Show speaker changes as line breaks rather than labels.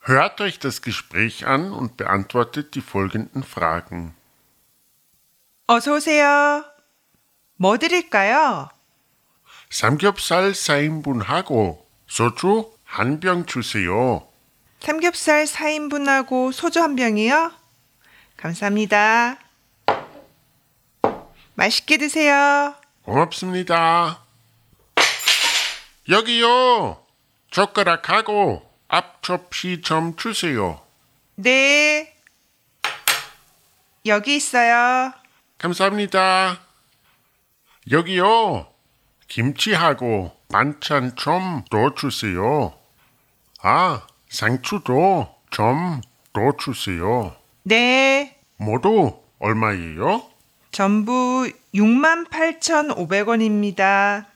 Hört euch das Gespräch an und beantwortet die folgenden Fragen.
어서 오세요. 뭐 드릴까요?
삼겹살 4인분하고 소주 한 병 주세요.
삼겹살 4인분하고 소주 한 병이요? 감사합니다. 맛있게 드세요.
고맙습니다. 여기요. 젓가락하고 앞접시 좀 주세요.
네. 여기 있어요.
감사합니다. 여기요. 김치하고 반찬 좀 더 주세요. 아, 상추도 좀 더 주세요.
네.
모두 얼마예요?
전부 68,500원입니다.